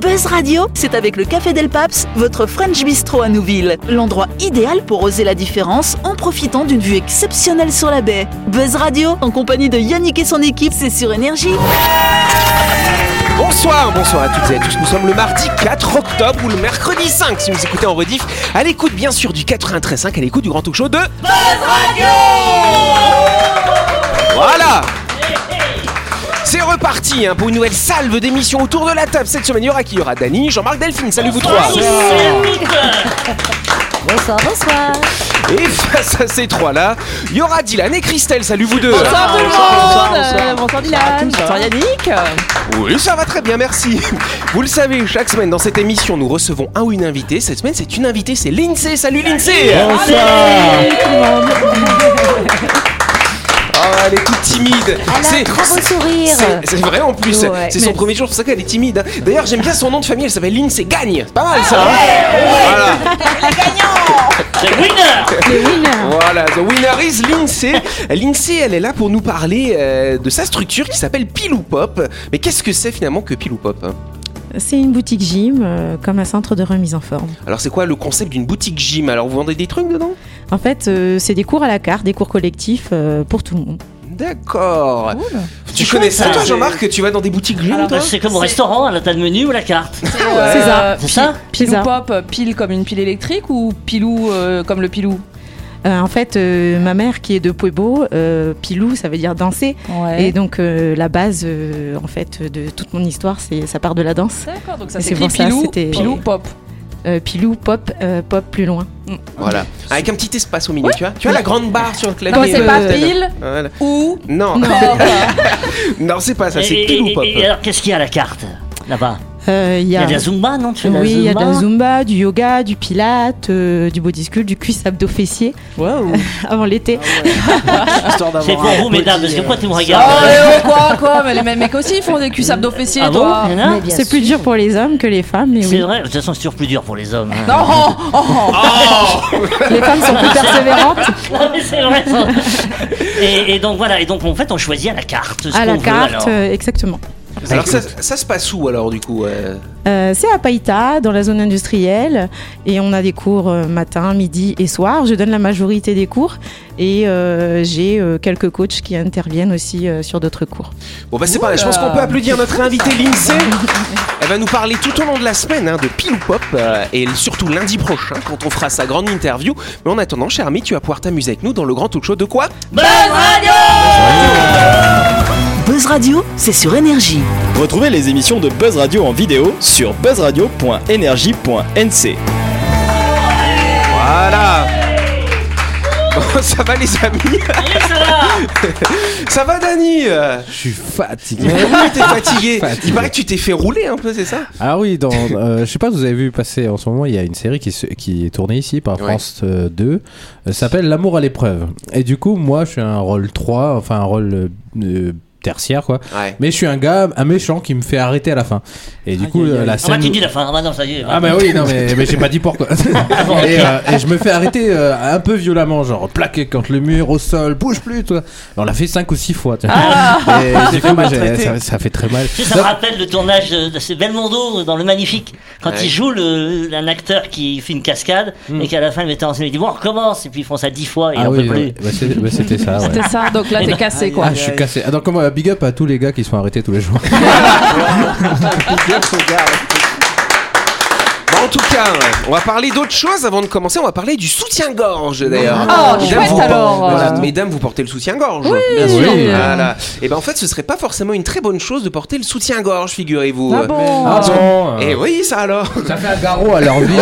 Buzz Radio, c'est avec le Café Del Paps, votre French Bistro à Nouville. L'endroit idéal pour oser la différence en profitant d'une vue exceptionnelle sur la baie. Buzz Radio, en compagnie de Yannick et son équipe, c'est sur Énergie. Bonsoir, bonsoir à toutes et à tous. Nous sommes le mardi 4 octobre ou le mercredi 5 si vous écoutez en rediff. À l'écoute bien sûr du 93.5, à l'écoute du grand talk show de... Voilà c'est reparti hein, pour une nouvelle salve d'émissions autour de la table. Cette semaine, il y aura qui Il y aura Dany, Jean-Marc Delphine. Salut vous trois Bonsoir, bonsoir. Et face à ces trois-là, il y aura Dylan et Christelle. Salut vous deux Bonsoir tout le Euh, monde Bonsoir hein. Dylan Bonsoir Yannick Oui, ça va très bien, merci. Vous le savez, chaque semaine dans cette émission, nous recevons un ou une invitée. Cette semaine, c'est une invitée, c'est Lindsay. Salut Lindsay Ah, elle est toute timide. Elle a un trop beau sourire. c'est- C'est vrai en plus. Ouais. c'est son premier jour, c'est pour ça qu'elle est timide. hein. D'ailleurs, j'aime bien son nom de famille. Elle s'appelle Lindsay Gagne. C'est pas mal ça. hein. Voilà. Voilà, The Winner is l'INSEE. L'INSEE, elle est là pour nous parler euh, de sa structure qui s'appelle Pilou Pop. Mais qu'est-ce que c'est finalement que Pilou Pop hein C'est une boutique gym, euh, comme un centre de remise en forme. Alors, c'est quoi le concept d'une boutique gym Alors, vous vendez des trucs dedans En fait, euh, c'est des cours à la carte, des cours collectifs euh, pour tout le monde. D'accord. Tu C'est connais chouette, ça, ça, toi, c'est- Jean-Marc Tu vas dans des boutiques gym, Alors, toi bah, c'est comme au restaurant, là, t'as le menu ou la carte. C'est ça C'est ça Pilou Pizza. pop, euh, pile comme une pile électrique ou pilou euh, comme le pilou Euh, en fait, euh, ma mère qui est de Pueblo, euh, Pilou, ça veut dire danser. Ouais. Et donc, euh, la base, euh, en fait, de toute mon histoire, c'est ça part de la danse. D'accord, donc ça Et c'est s'écrit pour ça, pilou, c'était- pilou pop. Euh, Pilou, pop, euh, pop plus loin. Voilà. Avec un petit espace au milieu, tu vois Tu vois la grande barre sur le clavier Non, c'est pas euh, pile Voilà. ou Oh. Non, non, pop. c'est pas ça, Et- c'est et- Pilou Pop. et- et alors, qu'est-ce qu'il y a à la carte Là-bas. Euh, Il y a de la Zumba, non Tu fais de la Oui, il y a de la Zumba Zumba, du yoga, du pilate, euh, du body sculpt, du cuisse abdos fessier avant l'été. Histoire d'avoir C'est pour un vous, body, mesdames, parce que euh, pourquoi tu me Ah, regardes mais oh, quoi, quoi Mais les mêmes mecs aussi ils font des cuisses abdo-fessiers, Ah bon toi Il y en a Mais bien C'est plus dur pour les hommes que les femmes, mais C'est oui. vrai, de toute façon, c'est toujours plus dur pour les hommes. hein. Non, oh, oh, oh. Les femmes sont plus persévérantes. Non, mais c'est vrai ça. et, et donc voilà, et donc en fait on choisit à la carte. Ce À la qu'on veut, alors. carte, euh, exactement. Alors, ça, ça se passe où alors, du coup euh Euh, c'est à Païta, dans la zone industrielle, et on a des cours euh, matin, midi et soir. Je donne la majorité des cours et euh, j'ai euh, quelques coachs qui interviennent aussi euh, sur d'autres cours. Bon bah c'est pas mal, je pense qu'on peut applaudir notre invitée Lindsay. Elle va nous parler tout au long de la semaine hein, de Pilou Pop euh, et surtout lundi prochain quand on fera sa grande interview. Mais en attendant, cher ami, tu vas pouvoir t'amuser avec nous dans le grand talk show de quoi Bah, Buzz Radio, c'est sur Énergie. Retrouvez les émissions de Buzz Radio en vidéo sur buzzradio.energie.nc. Voilà Bon, ça va les amis Ça va Dani Euh, Je suis fatigué. mais oui, T'es fatigué. Fatigué. Il paraît que tu t'es fait rouler un peu, c'est ça Ah oui, dans, euh, je sais pas, vous avez vu passer en ce moment, il y a une série qui, se- qui est tournée ici par Ouais. France euh, 2. Elle s'appelle L'amour à l'épreuve. Et du coup, moi, je suis un rôle 3, enfin un rôle euh, euh, tertiaire, quoi. Ouais. Mais je suis un gars, un méchant qui me fait arrêter à la fin. Et du coup, Ah, euh, la bah, scène. tu dis la fin. Ah bah non, ça y est. Ah bah oui, non mais, mais j'ai pas dit pourquoi. et, euh, et je me fais arrêter euh, un peu violemment, genre plaqué contre le mur, au sol, bouge plus, toi. Bah, On l'a fait cinq ou six fois. tu vois. Ah. et du coup, moi, j'ai- ça, ça fait très mal. Tu sais, ça me rappelle le tournage de de ce Belmondo dans Le Magnifique, quand Ouais. Hmm. il joue le, un acteur qui fait une cascade et qu'à la fin le metteur en scène lui dit bon on recommence et puis ils font ça dix fois et Ah on peut oui, ouais, plus. bah, c'est- bah, c'était ça. ouais. C'était ça, donc là t'es cassé quoi. Ah, je suis cassé. Ah, donc, comment, big up à tous les gars qui sont arrêtés tous les jours. Bon, en tout cas, on va parler d'autre chose avant de commencer. On va parler du soutien-gorge d'ailleurs. Oh, chouette, vous, alors. voilà, Euh. mesdames, vous portez le soutien-gorge. Bien sûr. Oui. Voilà. Et ben en fait, ce serait pas forcément une très bonne chose de porter le soutien-gorge, figurez-vous. Ah bon Ah bon Et oui, ça alors. Ça fait un garrot à leur vie.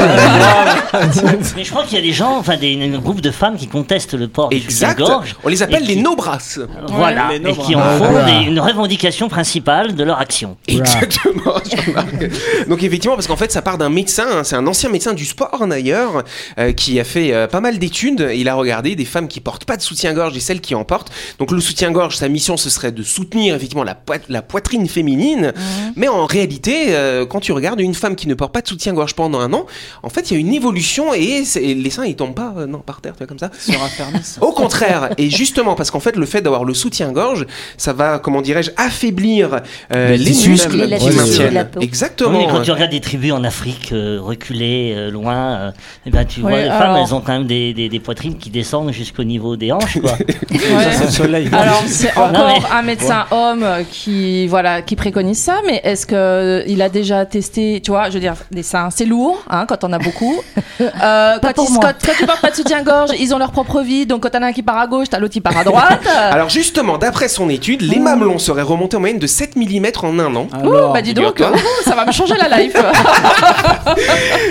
Mais je crois qu'il y a des gens, enfin des un groupe de femmes qui contestent le port du Exact. soutien-gorge. On les appelle Et les qui- no-brasses. euh, Voilà, et qui en Ah, font voilà. des- une revendication principale de leur action. Exactement, Jean-Marc. Donc effectivement, parce qu'en fait, ça part d'un médecin hein, médecin, c'est un ancien médecin du sport hein, d'ailleurs, euh, qui a fait euh, pas mal d'études. Il a regardé des femmes qui portent pas de soutien-gorge et celles qui en portent. Donc le soutien-gorge, sa mission, ce serait de soutenir effectivement la, poi- la poitrine féminine. Mais en réalité, euh, quand tu regardes une femme qui ne porte pas de soutien-gorge pendant un an, en fait, il y a une évolution et c'est- et les seins, ils tombent pas euh, non, par terre, tu vois, comme ça. Sur Infernus. Au contraire, et justement parce qu'en fait le fait d'avoir le soutien-gorge, ça va, comment dirais-je, affaiblir euh, Les les, tissus, muscles la- la qui tissu, maintiennent. la peau. Oui, mais Exactement. quand tu regardes des tribus en Afrique euh, reculées, euh, loin, euh, eh ben, tu Ouais, vois, les femmes, alors- elles ont quand même des, des, des poitrines qui descendent jusqu'au niveau des hanches, quoi. Ça, c'est le soleil. Alors c'est Non, encore mais- un médecin homme qui voilà qui préconise ça, mais est-ce que euh, il a déjà testé, tu vois, je veux dire, les seins, c'est lourd hein, quand on a beaucoup. Euh, quand, pour ils, moi. quand, quand tu portes pas de soutien-gorge, ils ont leur propre vie, donc quand t'en as un qui part à gauche, t'as l'autre qui part à droite. Alors justement, d'après son étude, Oh. les mamelons seraient remontés en moyenne de 7 mm en un an. Ouh, bah dis donc, Figure-toi. ouh, ça va me changer la life. Ah,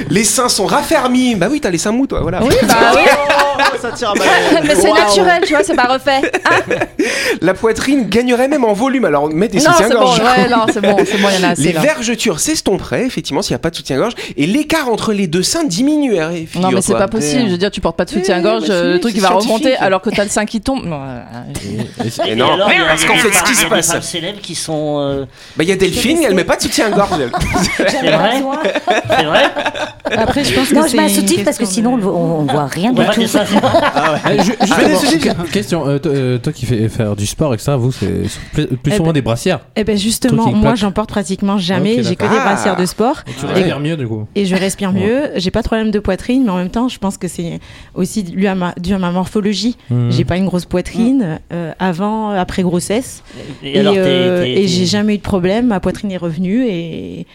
Les seins sont raffermis. Bah oui, t'as les seins mous, toi. Voilà. oui, bah oui, ça tire à balles. mais c'est naturel, tu vois, c'est pas refait. La poitrine gagnerait même en volume. Alors mets des non, c'est bon, soutiens-gorge. ouais, non, c'est bon, c'est bon, il y en a assez Les là. vergetures s'estomperaient, effectivement, s'il n'y a pas de soutien-gorge, et l'écart entre les deux seins diminuerait. Non, mais c'est figure-toi. pas possible. Je veux dire, tu portes pas de soutien-gorge, bah, euh, si, le truc il c'est va remonter scientifique. alors que t'as le sein qui tombe. Non, euh, Et non, alors, il y a- parce il y a qu'en des fait, ce femmes- qui se il y a des passe- femmes célèbres qui sont. euh, Bah il y a Delphine, elle met pas de soutien-gorge. elle. c'est vrai C'est vrai Après, je pense Non, que je c'est m'assoutis une parce que question sinon on, de- on- on voit rien On du Bah, voit pas tout. des seins, c'est- Eh, Question, euh, toi, euh, toi qui fais faire du sport et que ça, vous, c'est plus- plus Eh souvent ben- des brassières. Eh ben justement, Truc qui moi plaque. j'en porte pratiquement Ok, jamais. J'ai que d'accord. des Ah. brassières de sport Tu vas respires mieux du coup. et je respire mieux. J'ai pas de problème de poitrine, mais en même temps, je pense que c'est aussi dû à ma, dû à ma morphologie. Mmh. Hmm. J'ai pas une grosse poitrine euh, avant, après grossesse. Et Et, alors, t'es- euh, t'es- et t'es- j'ai jamais eu de problème. Ma poitrine est revenue et.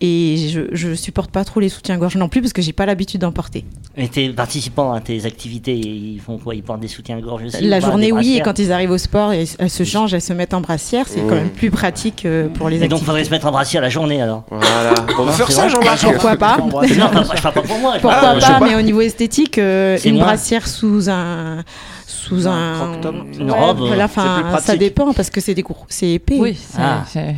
Et je, je supporte pas trop les soutiens-gorge non plus parce que j'ai pas l'habitude d'en porter. Mais tes participants à tes activités, ils font quoi Ils portent des soutiens-gorge aussi La ou pas, journée, des oui, et bah, brassières quand ils arrivent au sport, elles, elles se changent, elles se mettent en brassière, c'est quand même plus pratique euh, pour les Et donc, activités. faudrait se mettre en brassière la journée alors. Voilà. On va faire Ah, c'est ça, vrai. Jean-Marc. Pourquoi pas non, pas- je parle pas pour moi. Ah, je parle Pourquoi pour- je sais pas, pas. mais au niveau esthétique, euh, C'est une moins. brassière sous un. Sous un. Un croque-top. Une robe, voilà, euh, enfin, c'est plus pratique. ça dépend parce que c'est des cours, c'est épais. Oui, c'est- Ah. c'est-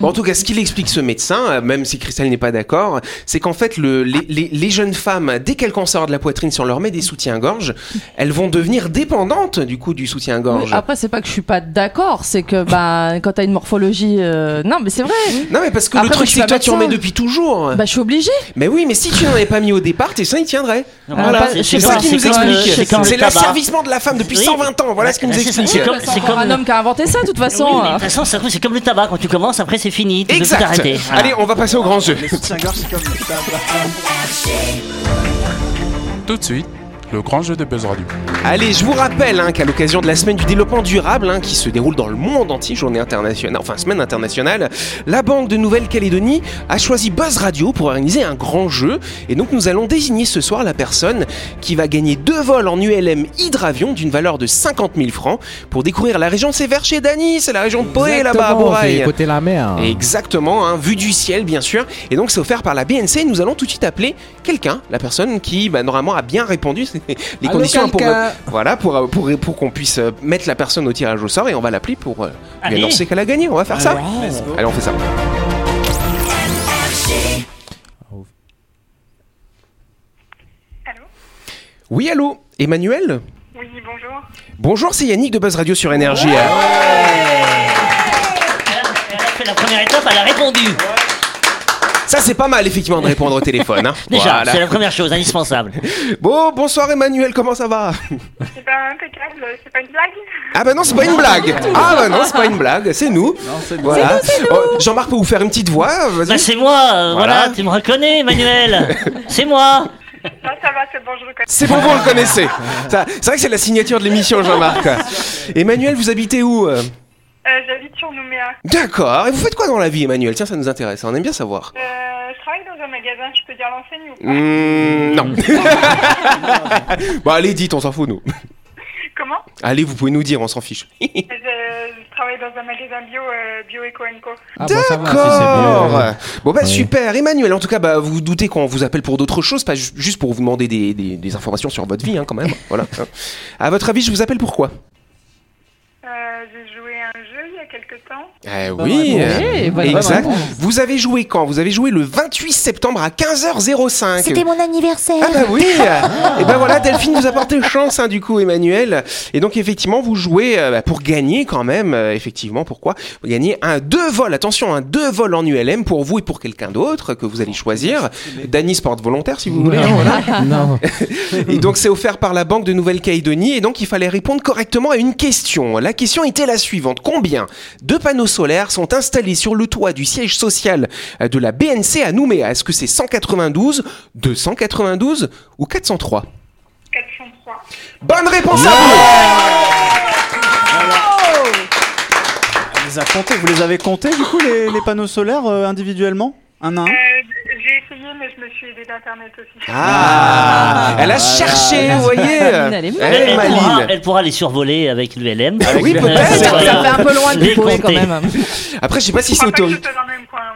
Bon, en tout cas, ce qu'il explique ce médecin, euh, même si Christelle n'est pas d'accord, c'est qu'en fait, le- les, les- les jeunes femmes, dès qu'elles conservent de la poitrine, si on leur met des soutiens-gorge, elles vont devenir dépendantes du coup du Oui, soutien-gorge. Après, c'est pas que je suis pas d'accord, c'est que bah, quand t'as une morphologie. euh, Non, mais c'est vrai. non, mais parce que Après, le moi, truc, je suis c'est que toi, pas tu en mets médecin. depuis toujours. Bah, je suis obligée. Mais oui, mais si tu n'en avais pas mis au départ, tes seins, ils tiendraient. Non, Ah, voilà, pas- c'est- je sais C'est ça pas, qui nous c'est comme- explique. c'est comme C'est tabac. l'asservissement de la femme depuis Oui. 120 ans. Voilà ce qu'il nous C'est- c'est- explique. c'est comme- C'est comme un homme qui a inventé ça, de toute façon. euh. Oui, mais de toute façon, ça se trouve, c'est comme le tabac. Quand tu commences, après, c'est fini. Tu peux Exact. tout arrêter. Voilà. Allez, on va passer au grand jeu. Les soutiens-gorge, c'est comme le tabac. Tout de suite, le grand jeu de Buzz Radio. Allez, je vous rappelle hein, qu'à l'occasion de la semaine du développement durable hein, qui se déroule dans le monde entier, journée internationale, enfin semaine internationale, la Banque de Nouvelle-Calédonie a choisi Buzz Radio pour organiser un grand jeu. Et donc nous allons désigner ce soir la personne qui va gagner deux vols en ULM hydravion d'une valeur de 50 000 francs pour découvrir la région sévère chez Dany, c'est la région de Poé là-bas à Borail. Côté la mer. Ah. Exactement, hein, vue du ciel bien sûr. Et donc c'est offert par la BNC. Nous allons tout de suite appeler quelqu'un, la personne qui bah, normalement a bien répondu c'est les Allô, conditions pour, quelqu'un voilà, pour, euh, pour, pour qu'on puisse euh, mettre la personne au tirage au sort et on va l'appeler pour euh, lui Allez. annoncer qu'elle a gagné. On va faire ça. Allez, on fait ça. Oui, allô, Emmanuel Oui, bonjour. Bonjour, c'est Yannick de Buzz Radio sur Énergie. Elle a fait la première étape, elle a répondu. Ça, c'est pas mal, effectivement, de répondre au téléphone. hein. Déjà, Voilà. c'est la première chose, indispensable. Bon, bonsoir Emmanuel, comment ça va C'est pas impeccable, c'est pas une blague. Ah bah non, c'est pas une blague. Ah bah non, c'est pas une blague, c'est nous. Voilà. Oh, Jean-Marc peut vous faire une petite voix, Bah, vas-y. c'est moi, euh, voilà. Voilà. tu me reconnais, Emmanuel. c'est moi. Non, ça va, c'est bon, je reconnais. C'est bon, vous le connaissez. Ça- C'est vrai que c'est la signature de l'émission, Jean-Marc. Emmanuel, vous habitez où euh Euh, J'habite sur Nouméa. D'accord. Et vous faites quoi dans la vie, Emmanuel Tiens, ça nous intéresse. On aime bien savoir. Euh, je travaille dans un magasin, je peux dire l'enseigne ou pas Hmm, non. bah allez, dites, on s'en fout, nous. Comment Allez, vous pouvez nous dire, on s'en fiche. je, je travaille dans un magasin bio, euh, bio Eco Co. Ah, D'accord. Bon bah super, Emmanuel. En tout cas, bah vous vous doutez qu'on vous appelle pour d'autres choses, pas ju- juste pour vous demander des, des- des informations sur votre vie, hein, quand même. voilà. hein. À votre avis, je vous appelle pourquoi Euh, euh, j'ai joué à un jeu il y a quelque temps. Eh Bonne oui, réponse. euh, Oui, bonne exact. réponse. Vous avez joué quand Vous avez joué le 28 septembre à 15h05. C'était mon anniversaire. Ah bah oui Et ben voilà, Delphine nous a porté chance hein, du coup, Emmanuel. Et donc effectivement, vous jouez euh, bah, pour gagner quand même, euh, effectivement, pourquoi Vous gagnez un deux vols, attention, un deux vols en ULM pour vous et pour quelqu'un d'autre que vous allez choisir. Dany Sport Volontaire si vous voulez. hein, voilà. Non. Et donc c'est offert par la Banque de Nouvelle-Calédonie et donc il fallait répondre correctement à une question. La question était la suivante. Combien de panneaux solaires sont installés sur le toit du siège social euh, de la BNC à Nouméa Est-ce que c'est 192, 292 ou 403 Bonne réponse à On les a comptés. Vous les avez comptés, du coup, les, les panneaux solaires euh, individuellement Un à un Euh, j'ai essayé, mais je me suis aidée d'Internet aussi. Ah, Elle a voilà. cherché, vous voyez Elle, Eh, elle pourra, Maline elle pourra les survoler avec l'ULM. oui, peut-être. Ça fait un peu loin de Les vous, quand compter. même. Après, je sais pas si c'est autorisé. hein.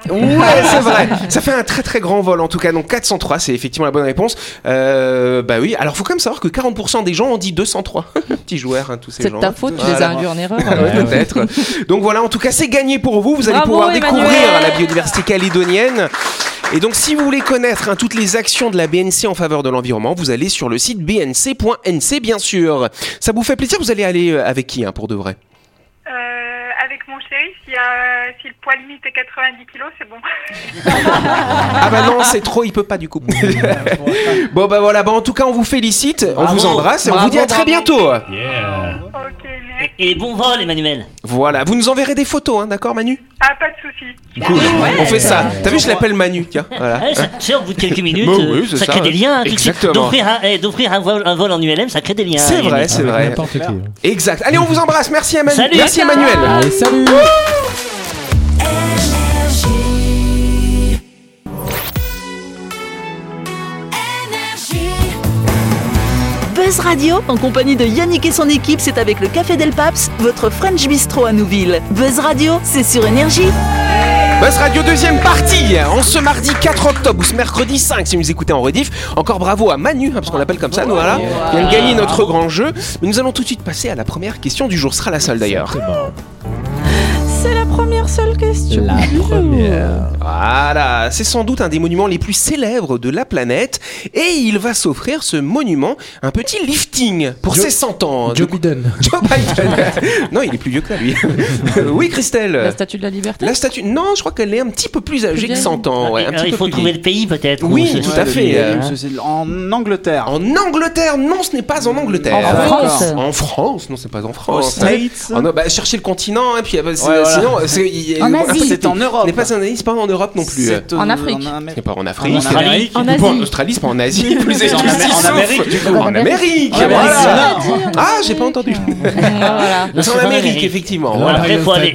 Ouais, c'est vrai. Ça fait un très très grand vol en tout cas. Donc 403, c'est effectivement la bonne réponse. Euh, bah oui. Alors faut quand même savoir que 40% des gens ont dit 203. Petit joueur, hein, tous ces C'est gens. de ta faute, tu les as induits en erreur. Ouais, Peut-être. Donc voilà, en tout cas, c'est gagné pour vous. Vous allez Bravo, pouvoir Emmanuel. découvrir la biodiversité calédonienne. Et donc, si vous voulez connaître hein, toutes les actions de la BNC en faveur de l'environnement, vous allez sur le site bnc.nc, bien sûr. Ça vous fait plaisir Vous allez aller euh, avec qui, hein, pour de vrai Euh, avec mon chéri, si, euh, si le poids limite est 90 kilos, c'est bon. Ah bah non, c'est trop, il peut pas du coup. bon bah voilà, bah en tout cas on vous félicite, on Bravo. vous embrasse et on Bravo, vous dit à très bravo. bientôt. Et bon vol, Emmanuel. Voilà, vous nous enverrez des photos, hein, d'accord Manu Ah, pas de souci. Cool, Ouais. on fait ça. T'as vu, je l'appelle Manu, tiens. Voilà. Ouais, Eh, ça- tu sais, au bout de quelques minutes, Bah Ah. oui, euh, c'est ça ça, crée ouais. des liens. hein, tout de suite. Exactement. D'offrir un, eh, d'offrir un vol, un vol en ULM, ça crée des liens. C'est hein, vrai, Emmanuel. c'est vrai. Exact. Allez, on vous embrasse. Merci Emmanuel. Salut. Merci Emmanuel. Allez, salut. Buzz Radio, en compagnie de Yannick et son équipe, c'est avec le Café Del Paps, votre French Bistro à Nouville. Buzz Radio, c'est sur Énergie. Buzz Radio deuxième partie en ce mardi 4 octobre ou ce mercredi 5 si vous nous écoutez en rediff. Encore bravo à Manu hein, parce qu'on l'appelle comme ça nous voilà. Il vient de gagner notre grand jeu. Mais nous allons tout de suite passer à la première question du jour. Ce sera la seule d'ailleurs. C'est la première seule question. La première. Voilà, c'est sans doute un des monuments les plus célèbres de la planète et il va s'offrir ce monument un petit lifting pour ses 100 ans. Joe Biden. Joe Biden. non, il est plus vieux que ça lui. oui, Christelle. La statue de la liberté. La statue- Non, je crois qu'elle est un petit peu plus âgée que vieille. 100 ans. Ah, ouais, un Alors, petit Euh, il peu faut plus trouver vieille. le pays, peut-être. où Oui, ce- tout à ce- fait. hein. euh, C'est En Angleterre. En Angleterre, non, ce n'est pas en Angleterre. En Ah, France. d'accord. En France, non, c'est pas en France. States. En- bah, cherchez le continent, et puis ah, bah, c'est- Ouais, voilà. sinon, c'est il- En il- Asie. c'est- C'est en Europe. N'est pas en Asie, c'est pas en Europe non plus. C'est En Afrique. C'est pas en Afrique, En Australie. En En Asie. Asie. Pas en Australie, c'est pas en Asie. plus C'est en exclusif. Amérique, en Amérique, Ah, du coup. En Amérique. En Amérique voilà. du Nord. Ah, j'ai pas entendu. C'est en Amérique, effectivement. Voilà, après, faut aller.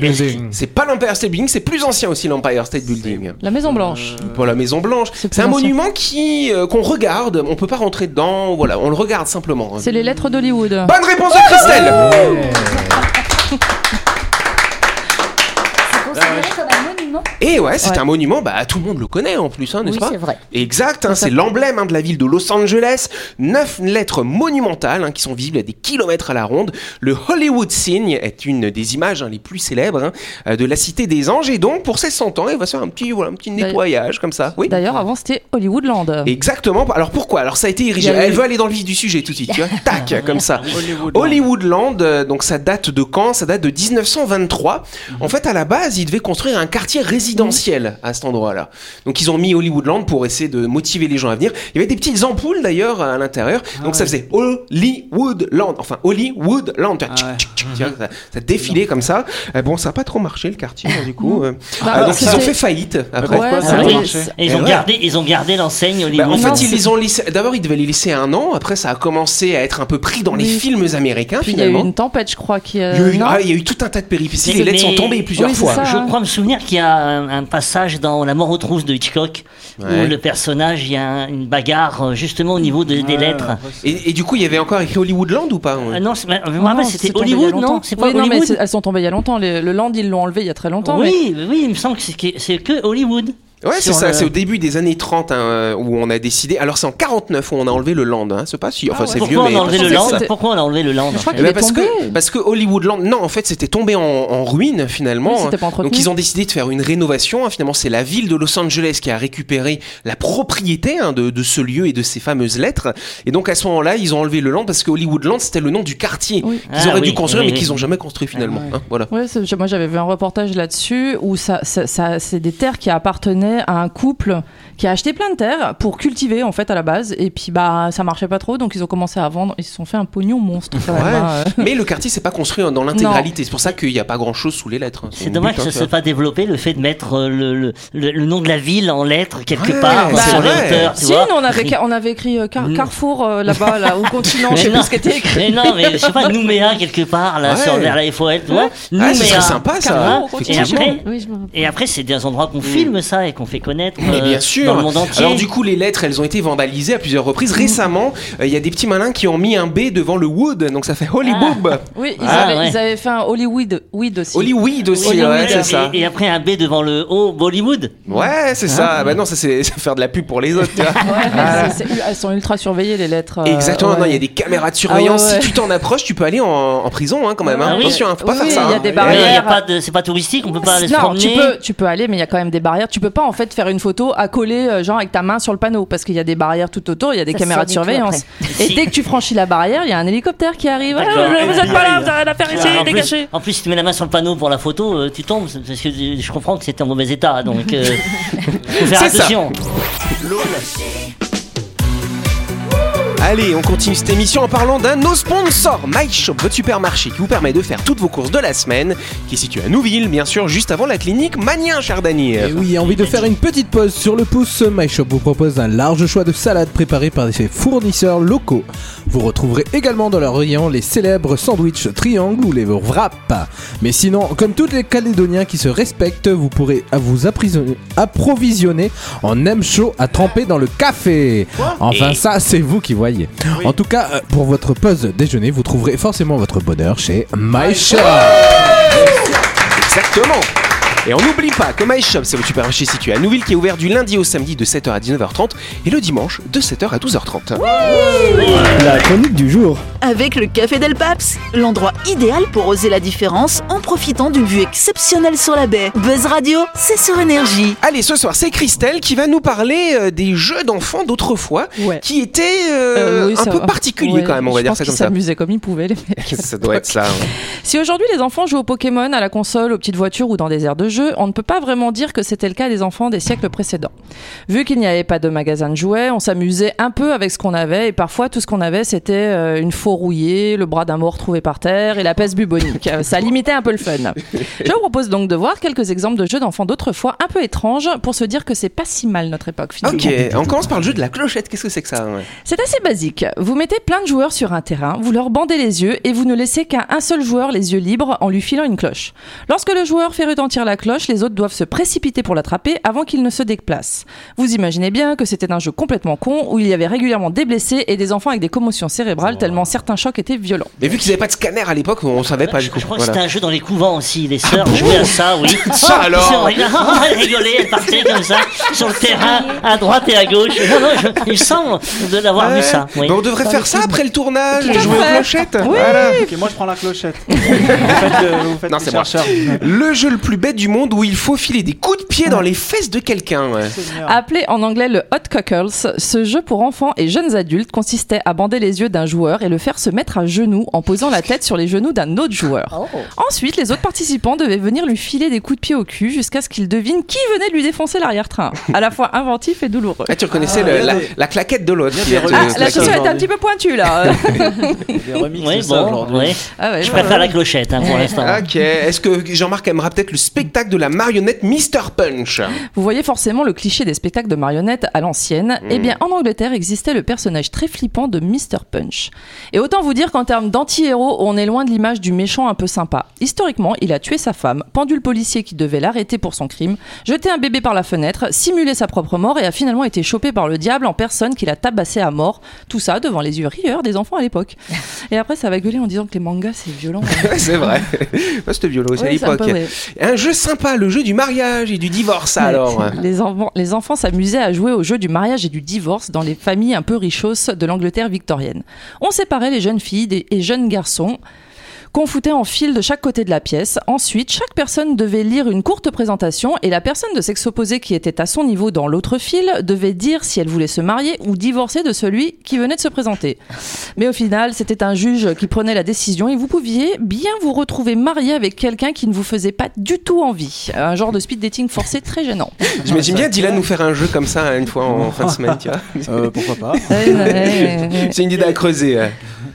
C'est pas l'Empire State Building, c'est plus ancien aussi l'Empire State Building. La Maison Blanche. Pour la Maison Blanche. C'est un ancien. monument qui euh, qu'on regarde, on peut pas rentrer dedans, voilà, on le regarde simplement. C'est les lettres d'Hollywood. Bonne réponse de Christelle Considéré comme un monument. Et Eh ouais, c'est Ouais. un monument, bah tout le monde le connaît en plus, hein, n'est-ce Oui, pas c'est vrai. Exact, hein, c'est l'emblème hein, de la ville de Los Angeles. Neuf lettres monumentales hein, qui sont visibles à des kilomètres à la ronde. Le Hollywood Sign est une des images hein, les plus célèbres hein, euh, de la Cité des Anges. Et donc, pour ses 100 ans, il va se faire un petit, voilà, un petit D'ailleurs- nettoyage comme ça. Oui D'ailleurs, avant, c'était Hollywoodland. Exactement. Alors pourquoi Alors ça a été érigé. Il y a eu- Elle veut aller dans le vif du sujet tout de suite. Tu vois Tac, comme ça. Hollywoodland. euh, donc ça date de quand Ça date de 1923. Mhm. En fait, à la base, ils devaient construire un quartier résidentiel à cet endroit-là. Donc ils ont mis Hollywoodland pour essayer de motiver les gens à venir. Il y avait des petites ampoules d'ailleurs à l'intérieur. Ah donc ça faisait Hollywoodland. Enfin Hollywoodland. Ah Tu vois, tchic, tchic, Mhm. tchic, tu vois, ça, ça défilait comme ça. Euh, bon, ça n'a pas trop marché le quartier hein, du coup. euh. Bah, Ah, donc ils ont c'était- fait faillite après. Ouais, Ah oui, et Ils Eh ont ouais. gardé, ils ont gardé l'enseigne Bah, Hollywood. en Non, fait, ils c'est- les ont laissés. D'abord, ils devaient les laisser un an. Après, ça a commencé à être un peu pris dans les Oui. films américains, Puis il y a eu finalement. une tempête, je crois. Qui, euh, Il y a eu- non ah, il y a eu tout un tas de péripéties. Mais- Les lettres mais- sont tombées plusieurs Oui, c'est fois. ça. Je crois me souvenir qu'il y a un, un passage dans La mort aux trousses de Hitchcock Ouais. où le personnage, il y a un- une bagarre euh, justement au niveau de- des lettres. Et, et du coup, il y avait encore écrit Hollywoodland ou pas euh Ah non, c'est- mais- mais Non, moi, non, c'était tombé il y a Hollywood, non longtemps. C'est pas Oui, non, mais Hollywood c'est- elles sont tombées il y a longtemps. Les- le Land, ils l'ont enlevé il y a très longtemps. Oui, oui, il me semble que c'est que, c'est que Hollywood. Ouais, c'est Sur ça, le- c'est au début des années 30 hein, où on a décidé. Alors, c'est en 49 où on a enlevé le land, hein, c'est pas si. Enfin, c'est vieux, Pourquoi on mais. a enlevé le land Pourquoi on a enlevé le land Eh ben, parce, que, parce que Hollywoodland, non, en fait, c'était tombé en, en ruine finalement. hein. Oui, c'était pas entretenu. Donc, ils ont décidé de faire une rénovation. hein. Finalement, c'est la ville de Los Angeles qui a récupéré la propriété hein, de, de ce lieu et de ces fameuses lettres. Et donc, à ce moment-là, ils ont enlevé le land parce que Hollywoodland, c'était le nom du quartier qu'ils Ah auraient dû oui, construire, oui, mais oui. Ah qu'ils n'ont jamais construit finalement. hein, voilà. Ouais, c'est- j'ai- moi j'avais vu un reportage là-dessus où ça, ça- ça- c'est des terres qui appartenaient à un couple qui a acheté plein de terres pour cultiver en fait à la base et puis bah ça marchait pas trop donc ils ont commencé à vendre ils se sont fait un pognon monstre quand même, Ouais. hein. Mais le quartier, c'est pas construit dans l'intégralité. C'est pour ça qu'il n'y a pas grand chose sous les lettres. hein, C'est dommage que ça ça ne soit pas développé le fait de mettre euh, le, le- le- le nom de la ville en lettres quelque Ouais, part euh, c'est sur les vrai. hauteurs. Tu Si, vois. nous, on avait, on avait écrit euh, Mm. Car- Carrefour euh, là-bas, là, au continent, je sais Mais non. plus ce qui était écrit. Mais non, mais je sais pas, Nouméa quelque part, là, Ouais. sur, vers la FOL, tu vois. Ouais, Ah, ce serait sympa, ça. Carrément. Et Effectivement. après, et après c'est des endroits qu'on filme ça et qu'on fait connaître Mm. Mais euh, bien sûr. dans le monde entier. Mm. Alors du coup, les lettres, elles ont été vandalisées à plusieurs reprises. Récemment, euh, il y a des petits malins qui ont mis un B devant le Wood, donc ça fait Ah, Holy Boob. Oui, ils, Ah, avaient, ouais. ils avaient fait un Hollywood weed aussi. Hollywood aussi, ouais, c'est ça. hein, Et, et après, un B devant le O, Bollywood. Ouais, c'est ça. Ah. Bah non, ça c'est c'est faire de la pub pour les autres. tu vois. Ah. C'est- c'est- elles sont ultra surveillées les lettres. Ah, euh, Exactement. ouais. Non, il y a des caméras de surveillance. Ah ouais, ouais. Si tu t'en approches, tu peux aller en, en prison hein, quand même. hein. Ah oui. Attention, hein, faut pas Oui, faire ça. il y a hein. des Ouais. barrières. Mais il Euh, y a pas de- c'est pas touristique, on peut pas aller se non, promener. Tu peux, tu peux aller, mais il y a quand même des barrières. Tu peux pas en fait faire une photo à coller, euh, genre avec ta main sur le panneau, parce qu'il y a des barrières tout autour, il y a des Ça caméras sort de du tout surveillance. après. Et Si. dès que tu franchis la barrière, il y a un hélicoptère qui arrive. Ah, D'accord. vous êtes pas là, FBI. vous avez rien à faire ici, Ah, en plus- dégagez. En plus, si tu mets la main sur le panneau pour la photo, euh, tu tombes. c'est- Parce que je je comprends que c'était en mauvais état, donc euh, faut faire C'est ça. attention. Allez, on continue cette émission en parlant d'un de nos sponsors, MyShop, votre supermarché qui vous permet de faire toutes vos courses de la semaine, qui est situé à Nouville, bien sûr, juste avant la clinique Manien, cher Dany. Eh Et oui, envie de faire une petite pause sur le pouce, MyShop vous propose un large choix de salades préparées par des fournisseurs locaux. Vous retrouverez également dans leur rayon les célèbres sandwichs triangles ou les wraps. Mais sinon, comme tous les Calédoniens qui se respectent, vous pourrez à vous apprisionner- approvisionner en nem chaud à tremper dans le café. Enfin, Et- ça, c'est vous qui voyez. En tout cas, euh, pour votre pause déjeuner, vous trouverez forcément votre bonheur chez MyShop. Exactement. Et on n'oublie pas que MyShop, c'est le supermarché situé à Nouville qui est ouvert du lundi au samedi de 7h à 19h30 et le dimanche de 7h à 12h30. La chronique du jour. Avec le Café Del Paps, l'endroit idéal pour oser la différence en profitant d'une vue exceptionnelle sur la baie. Buzz Radio, c'est sur énergie. Allez, ce soir, c'est Christelle qui va nous parler euh, des jeux d'enfants d'autrefois qui étaient euh, Euh, oui, un ça peu va. particuliers Ouais, quand même, on je va dire pense ça qu'ils comme ça. s'amusaient comme ils pouvaient, les mecs. Ça doit être ça. ouais. Si aujourd'hui les enfants jouent au Pokémon, à la console, aux petites voitures ou dans des aires de jeu, on ne peut pas vraiment dire que c'était le cas des enfants des siècles précédents. Vu qu'il n'y avait pas de magasin de jouets, on s'amusait un peu avec ce qu'on avait et parfois tout ce qu'on avait c'était euh, une faux rouillée, le bras d'un mort trouvé par terre et la peste bubonique. Euh, Ça limitait un peu le fun. Je vous propose donc de voir quelques exemples de jeux d'enfants d'autrefois un peu étranges pour se dire que c'est pas si mal notre époque finalement. Ok, on commence par le jeu de la clochette. Qu'est-ce que c'est que ça hein, ouais C'est assez basique. Vous mettez plein de joueurs sur un terrain, vous leur bandez les yeux et vous ne laissez qu'à un seul joueur les yeux libres en lui filant une cloche. Lorsque le joueur fait retentir la cloche, les autres doivent se précipiter pour l'attraper avant qu'il ne se déplace. Vous imaginez bien que c'était un jeu complètement con où il y avait régulièrement des blessés et des enfants avec des commotions cérébrales tellement certains chocs étaient violents. Mais vu qu'ils n'avaient pas de scanner à l'époque, on savait pas du coup. Je crois Voilà. Ah que c'était un jeu dans les couvents aussi. Les sœurs jouaient à ça, oui. Ça Ah, alors les sœurs, regarde, ah, Elles rigolaient, elles partaient comme ça sur le terrain, à droite et à gauche. Non, non, je- il me semble de l'avoir vu ça. oui. Mais Bah, on devrait faire ça après le tournage, Tout à jouer aux fait. clochettes. Oui. Voilà. Ok, moi je prends la clochette. vous faites le, vous faites Non, le c'est moi. chercheur. Le jeu le plus bête du monde où il faut filer des coups de pied dans les fesses de quelqu'un. ouais. Ah. Appelé en anglais le Hot Cockles, ce jeu pour enfants et jeunes adultes consistait à bander les yeux d'un joueur et le faire se mettre à genoux en posant la tête sur les genoux d'un autre joueur. Ensuite, les autres participants devaient venir lui filer des coups de pied au cul jusqu'à ce qu'il devine qui venait lui défoncer l'arrière-train. À la fois inventif et douloureux. Euh, Ah, tu reconnaissais le- la, la claquette de l'autre. des Ah, remixes la- de La la- chaussure était un petit peu pointue là. Des remixes Oui, de ça bon, aujourd'hui. oui. Ah ouais, je voilà. préfère la clochette hein, pour Eh, l'instant. Ok, est-ce que Jean-Marc aimera peut-être le spectacle de la marionnette Mr. Punch Vous voyez forcément le cliché des spectacles de marionnettes à l'ancienne. Eh bien, en Angleterre existait le personnage très flippant de Mr. Punch. Et autant vous dire qu'en termes d'anti-héros, on est loin de l'image du méchant un peu sympa. Historiquement, il a tué sa femme, pendu le policier qui devait l'arrêter pour son crime, jeté un bébé par la fenêtre, simulé sa propre mort et a finalement été chopé par le diable en personne qu'il a tabassé à mort. Tout ça devant les yeux rieurs des enfants à l'époque. Et après, ça va gueuler en disant que les mangas, c'est violent. C'est vrai. Moi, C'était violent aussi à Ouais, c'est un l'époque. peu, ouais. Un jeu sympa, le jeu du mariage et du divorce alors. Les, enfants- les enfants s'amusaient à jouer au jeu du mariage et du divorce dans les familles un peu richosses de l'Angleterre victorienne. On séparait les jeunes filles des- et jeunes garçons qu'on foutait en fil de chaque côté de la pièce. Ensuite, chaque personne devait lire une courte présentation et la personne de sexe opposé qui était à son niveau dans l'autre fil devait dire si elle voulait se marier ou divorcer de celui qui venait de se présenter. Mais au final, c'était un juge qui prenait la décision et vous pouviez bien vous retrouver marié avec quelqu'un qui ne vous faisait pas du tout envie. Un genre de speed dating forcé très gênant. J'imagine bien Dylan nous faire un jeu comme ça une fois en fin de semaine, tu vois. Euh, pourquoi pas C'est une idée à creuser. ouais.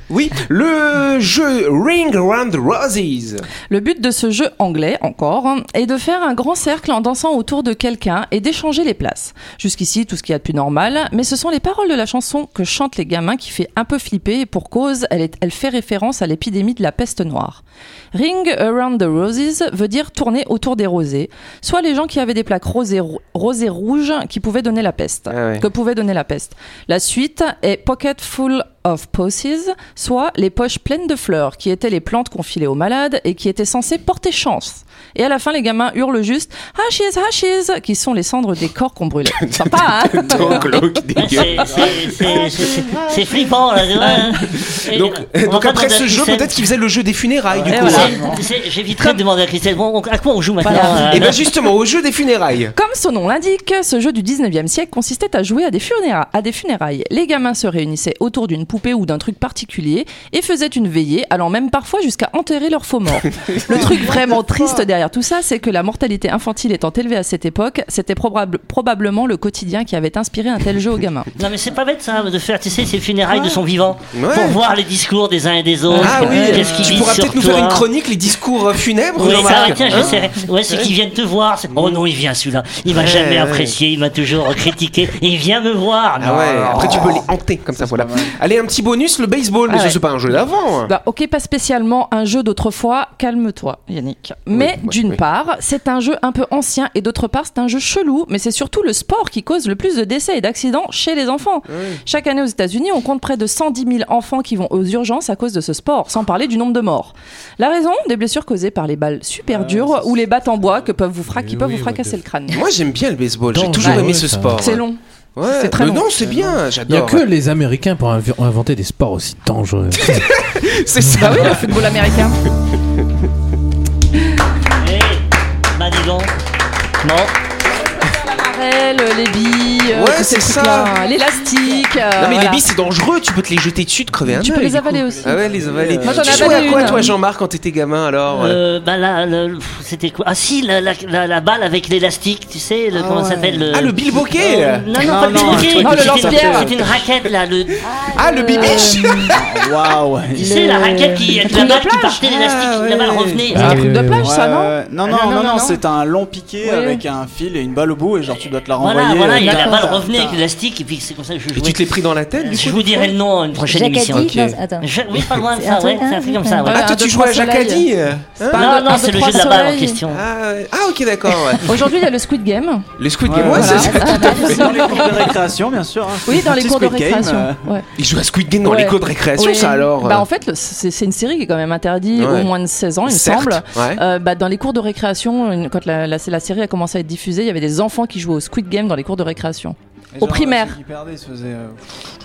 Oui, le jeu Ring Around the Roses. Le but de ce jeu anglais, encore, hein, est de faire un grand cercle en dansant autour de quelqu'un et d'échanger les places. Jusqu'ici, tout ce qu'il y a de plus normal, mais ce sont les paroles de la chanson que chantent les gamins qui fait un peu flipper et pour cause, elle, est- elle fait référence à l'épidémie de la peste noire. Ring Around the Roses veut dire tourner autour des rosés, soit les gens qui avaient des plaques rosées, rou- rosées rouges qui pouvaient donner la peste. ouais. Que pouvait donner la peste. La suite est Pocket Full of Posies, soit les poches pleines de fleurs, qui étaient les plantes qu'on filait aux malades et qui étaient censées porter chance. Et à la fin, les gamins hurlent juste Hashies, Hashies, qui sont les cendres des corps qu'on brûlait. Sympa, hein Trop glauque, C'est- dégueu. c'est- c'est- c'est- C'est flippant là, tu vois, hein. Et Donc, on va donc pas après demander à ce jeu, Christelle. peut-être qu'il faisait le jeu des funérailles du Et coup. voilà. C'est- J'éviterai de demander à Christelle, bon, on- à quoi on joue maintenant euh, Et ben, là bien justement, au jeu des funérailles. Comme son nom l'indique, ce jeu du 19e siècle consistait à jouer à des, funéra- à des funérailles. Les gamins se réunissaient autour d'une poupée ou d'un truc particulier et faisaient une veillée, allant même parfois jusqu'à enterrer leurs faux morts. Le truc vraiment triste derrière tout ça, c'est que la mortalité infantile étant élevée à cette époque, c'était probable- probablement le quotidien qui avait inspiré un tel jeu aux gamins. Non mais c'est pas bête ça de faire tu sais ces funérailles de son vivant Ouais. pour voir les discours des uns et des autres. Euh, Ah oui, qu'est-ce qu'ils tu disent pourras sur peut-être nous faire toi. une chronique, les discours euh, funèbres. Oui, Jean-Marc. ça, ouais, tiens, Hein j'essaierai. Ouais, c'est qu'ils viennent te voir. c'est- Oh non, il vient celui-là. Il m'a Ouais, jamais ouais. apprécié, il m'a toujours critiqué. Il vient me voir. Ah Non, ouais, non. après tu peux les hanter comme ça, voilà. Allez, un petit bonus, le baseball, mais Ah ça ouais. c'est pas un jeu d'avant. hein. Bah, ok, pas spécialement un jeu d'autrefois, calme-toi Yannick. Mais ouais, d'une oui. part, c'est un jeu un peu ancien et d'autre part, c'est un jeu chelou, mais c'est surtout le sport qui cause le plus de décès et d'accidents chez les enfants. Chaque année aux États-Unis, on compte près de 110 000 enfants qui vont aux urgences à cause de ce sport, sans parler du nombre de morts. La raison Des blessures causées par les balles Ah, super dures ou les battes en bois que peuvent vous fra- qui peuvent vous fracasser le crâne. Moi j'aime bien le baseball, j'ai Dangereux, toujours aimé ce ça. sport. C'est long. Ah, Ouais, C'est très mais long. non, c'est bien, Il n'y a j'adore. que les Américains pour inv- inventer des sports aussi dangereux. C'est ça. Bah oui, le football américain. Eh, bah dis donc. Non. Marelle, les billes, euh, Ouais, tous c'est ces ça. trucs-là, hein, l'élastique. euh, Non mais les voilà. billes c'est dangereux, tu peux te les jeter dessus, de crever un Tu peux œil, les du coup. avaler aussi. Ah ouais, les avaler. Moi, j'en tu ai jouais à avalé quoi une. toi Jean-Marc quand t'étais gamin alors euh Euh, bah là, le- le- pff, c'était quoi Ah si, la, la, la, la balle avec l'élastique, tu sais, le, comment ça s'appelle le... Ah le Ah, bilboquet euh, Non, non, pas le le bilboquet. truc c'était- qui sortait. C'était une raquette là, le... Ah le bibiche euh, Ah, Waouh. tu sais, la raquette qui, avec la truc de balle qui plage. partait, l'élastique, Ah, la balle ouais. revenait. Ah, Truc oui, de oui, plage, oui. ça, non non, non, non, non, c'est un long piqué avec un fil et une balle au bout et genre tu dois te la renvoyer. Voilà, voilà, et euh, la tac, balle tac, revenait tac. avec l'élastique, et puis c'est comme ça que je Et jouais. tu te l'es pris dans la tête du Je coup vous dirai le nom à une prochaine Jacques émission. a dit. non, attends. Je- Oui, pas loin de C'est un ça, ouais, truc, c'est hein, un truc comme ouais. ça, ouais. Ah toi un, deux, tu jouais à trois Jacques soleils. Addy hein pas un, Non, deux, non, c'est le Ah, trois jeu de la balle en soleils. question. Ah ouais. Ah, ok d'accord. ouais. Aujourd'hui, il y a le Squid Game. Le Squid Game, ouais, Ouais, c'est voilà. ça. Mais dans les cours de récréation, bien sûr. hein. Oui, dans les Petit cours de Squid Game, récréation. euh, Ouais. Il joue à Squid Game dans Ouais. les cours de récréation, Ouais. hein. ça alors euh, Bah, en fait, le- c'est c'est une série qui est quand même interdite Ouais. au moins de 16 ans, il me Certes, semble. ouais. Euh, bah, dans les cours de récréation, une- quand la, la- la série a commencé à être diffusée, il y avait des enfants qui jouaient au Squid Game dans les cours de récréation. et Au genre, primaire. ceux qui perdaient, ils se faisaient, euh,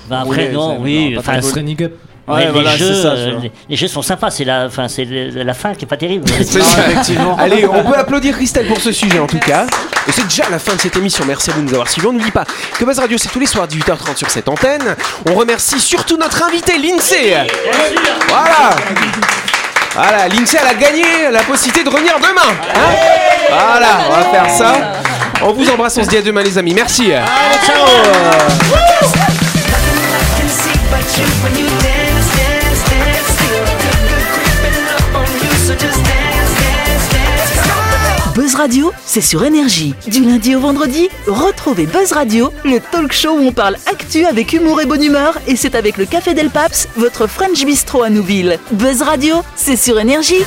Bah après, Ouais, non, c'est- oui, non, pas enfin, très c'est- beau. Training up. Ouais, ouais, les, voilà, jeux, c'est ça. tu euh, vois. les, les jeux sont sympas, c'est la, enfin, c'est le- la fin qui est pas terrible. C'est ça. effectivement. Allez, on peut applaudir Christelle pour ce sujet en tout cas. Et c'est déjà la fin de cette émission. Merci à vous de nous avoir suivis. On n'oublie pas que Buzz Radio, c'est tous les soirs 18h30 sur cette antenne. On remercie surtout notre invité, l'INSEE. Voilà. Voilà, l'INSEE, elle a gagné la possibilité de revenir demain. hein voilà, on va faire ça. On vous embrasse, on se dit à demain les amis. Merci. Buzz Radio, c'est sur énergie. Du lundi au vendredi, retrouvez Buzz Radio, le talk show où on parle actu avec humour et bonne humeur, et c'est avec le Café Del Paps, votre French Bistro à Nouville. Buzz Radio, c'est sur énergie.